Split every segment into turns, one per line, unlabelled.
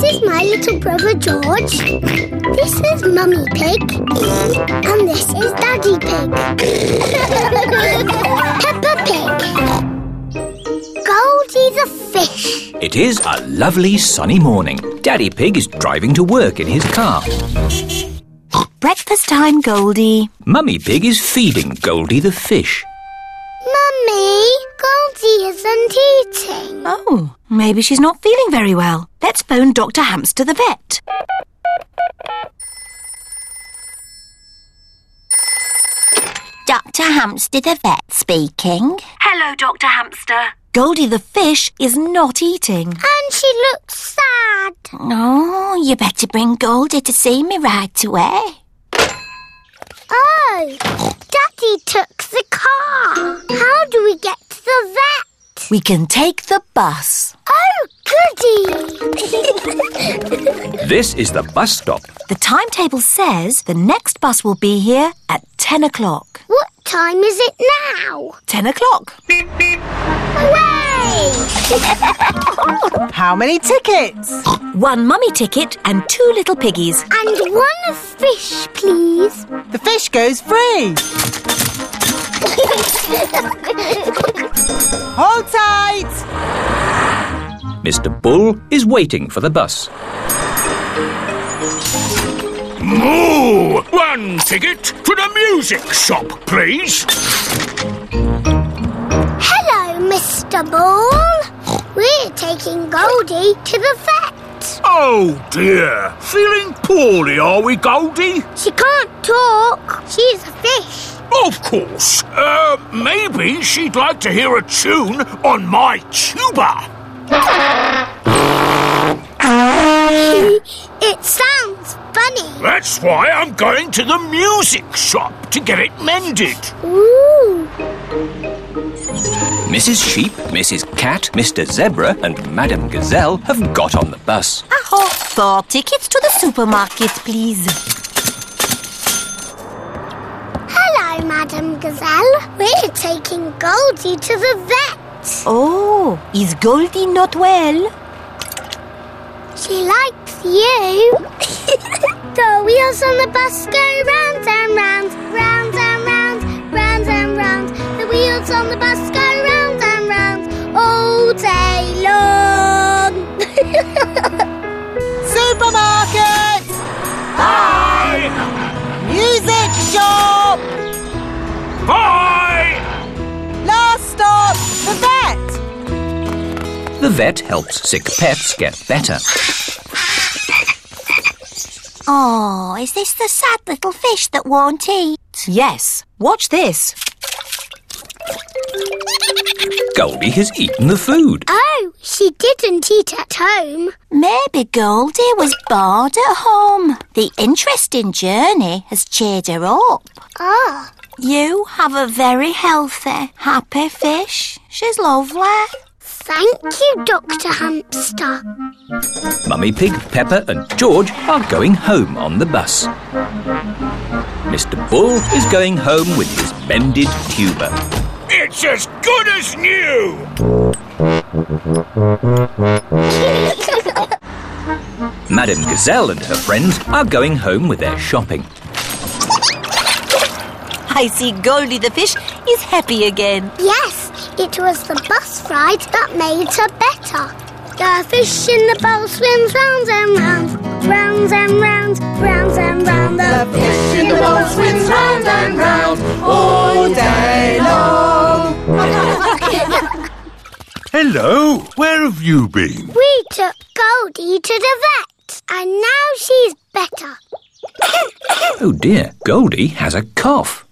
little brother George. This is Mummy Pig. And this is Daddy Pig. Peppa Pig. Goldie the fish.
It is a lovely sunny morning. Daddy Pig is driving to work in his car.
Breakfast time, Goldie.
Mummy Pig is feeding Goldie the fish.
Mummy, Goldie isn't eating.
Oh, maybe she's not feeling very well. Let's phone Dr. Hamster the vet.
Dr. Hamster the vet speaking.
Hello, Dr. Hamster.
Goldie the fish is not eating.
And she looks sad.
Oh, you better bring Goldie to see me right away.
Oh, Daddy took the car. How do we get to the vet?
We can take the bus.
Oh, goody!
This is the bus stop.
The timetable says the next bus will be here at 10 o'clock.
what time is it now?
10 o'clock.
Hooray!
How many tickets?
One mummy ticket and two little piggies.
and one fish, please.
The fish goes free. Hold tight.
Mr. Bull is waiting for the bus.
Moo! One ticket for the music shop, please.
Hello, Mr. Ball. We're taking Goldie to the vet.
Oh dear. Feeling poorly, are we, Goldie?
She can't talk. She's a fish.
Of course. Uh, maybe she'd like to hear a tune on my tuba.
It sounds funny.
That's why I'm going to the music shop to get it mended.
Ooh.
Mrs. Sheep, Mrs. Cat, Mr. Zebra, and Madam Gazelle have got on the bus.
Aho! Four tickets to the supermarket, please.
Hello, Madam Gazelle. We're taking Goldie to the vet.
Oh, is Goldie not well?
She likes you. the wheels on the bus go round and round, round and round, round and round. The wheels on the bus go round and round all day long.
Supermarket.
Bye!
Music shop.
Bye!
Last stop. The vet.
The vet helps sick pets get better.
Oh, is this the sad little fish that won't eat?
Yes. Watch this.
Goldie has eaten the food.
oh, she didn't eat at home.
Maybe Goldie was bored at home. The interesting journey has cheered her up.
Ah,
You have a very healthy, happy fish. She's lovely.
thank you, Dr. Hamster.
Mummy Pig, Pepper, and George are going home on the bus. Mr. Bull is going home with his mended tuba.
It's as good as new!
Madam Gazelle and her friends are going home with their shopping.
I see Goldie the fish is happy again.
Yes, it was the bus ride that made her better. The fish in the bowl swims round and round, round and round, round and round. The fish in the bowl swims round and round all day long.
Hello, where have you been?
we took Goldie to the vet, and now she's better.
Oh dear, Goldie has a cough.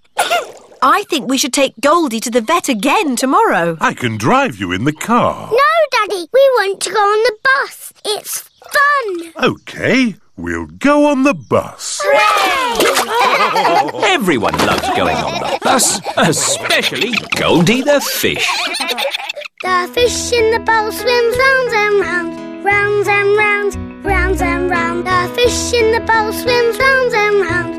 I think we should take Goldie to the vet again tomorrow.
I can drive you in the car.
No, Daddy, we want to go on the bus. It's fun.
Okay, we'll go on the bus.
Everyone loves going on the bus, especially Goldie the fish.
The fish in the bowl swims round and round, round and round, round and round. The fish in the bowl swims round and round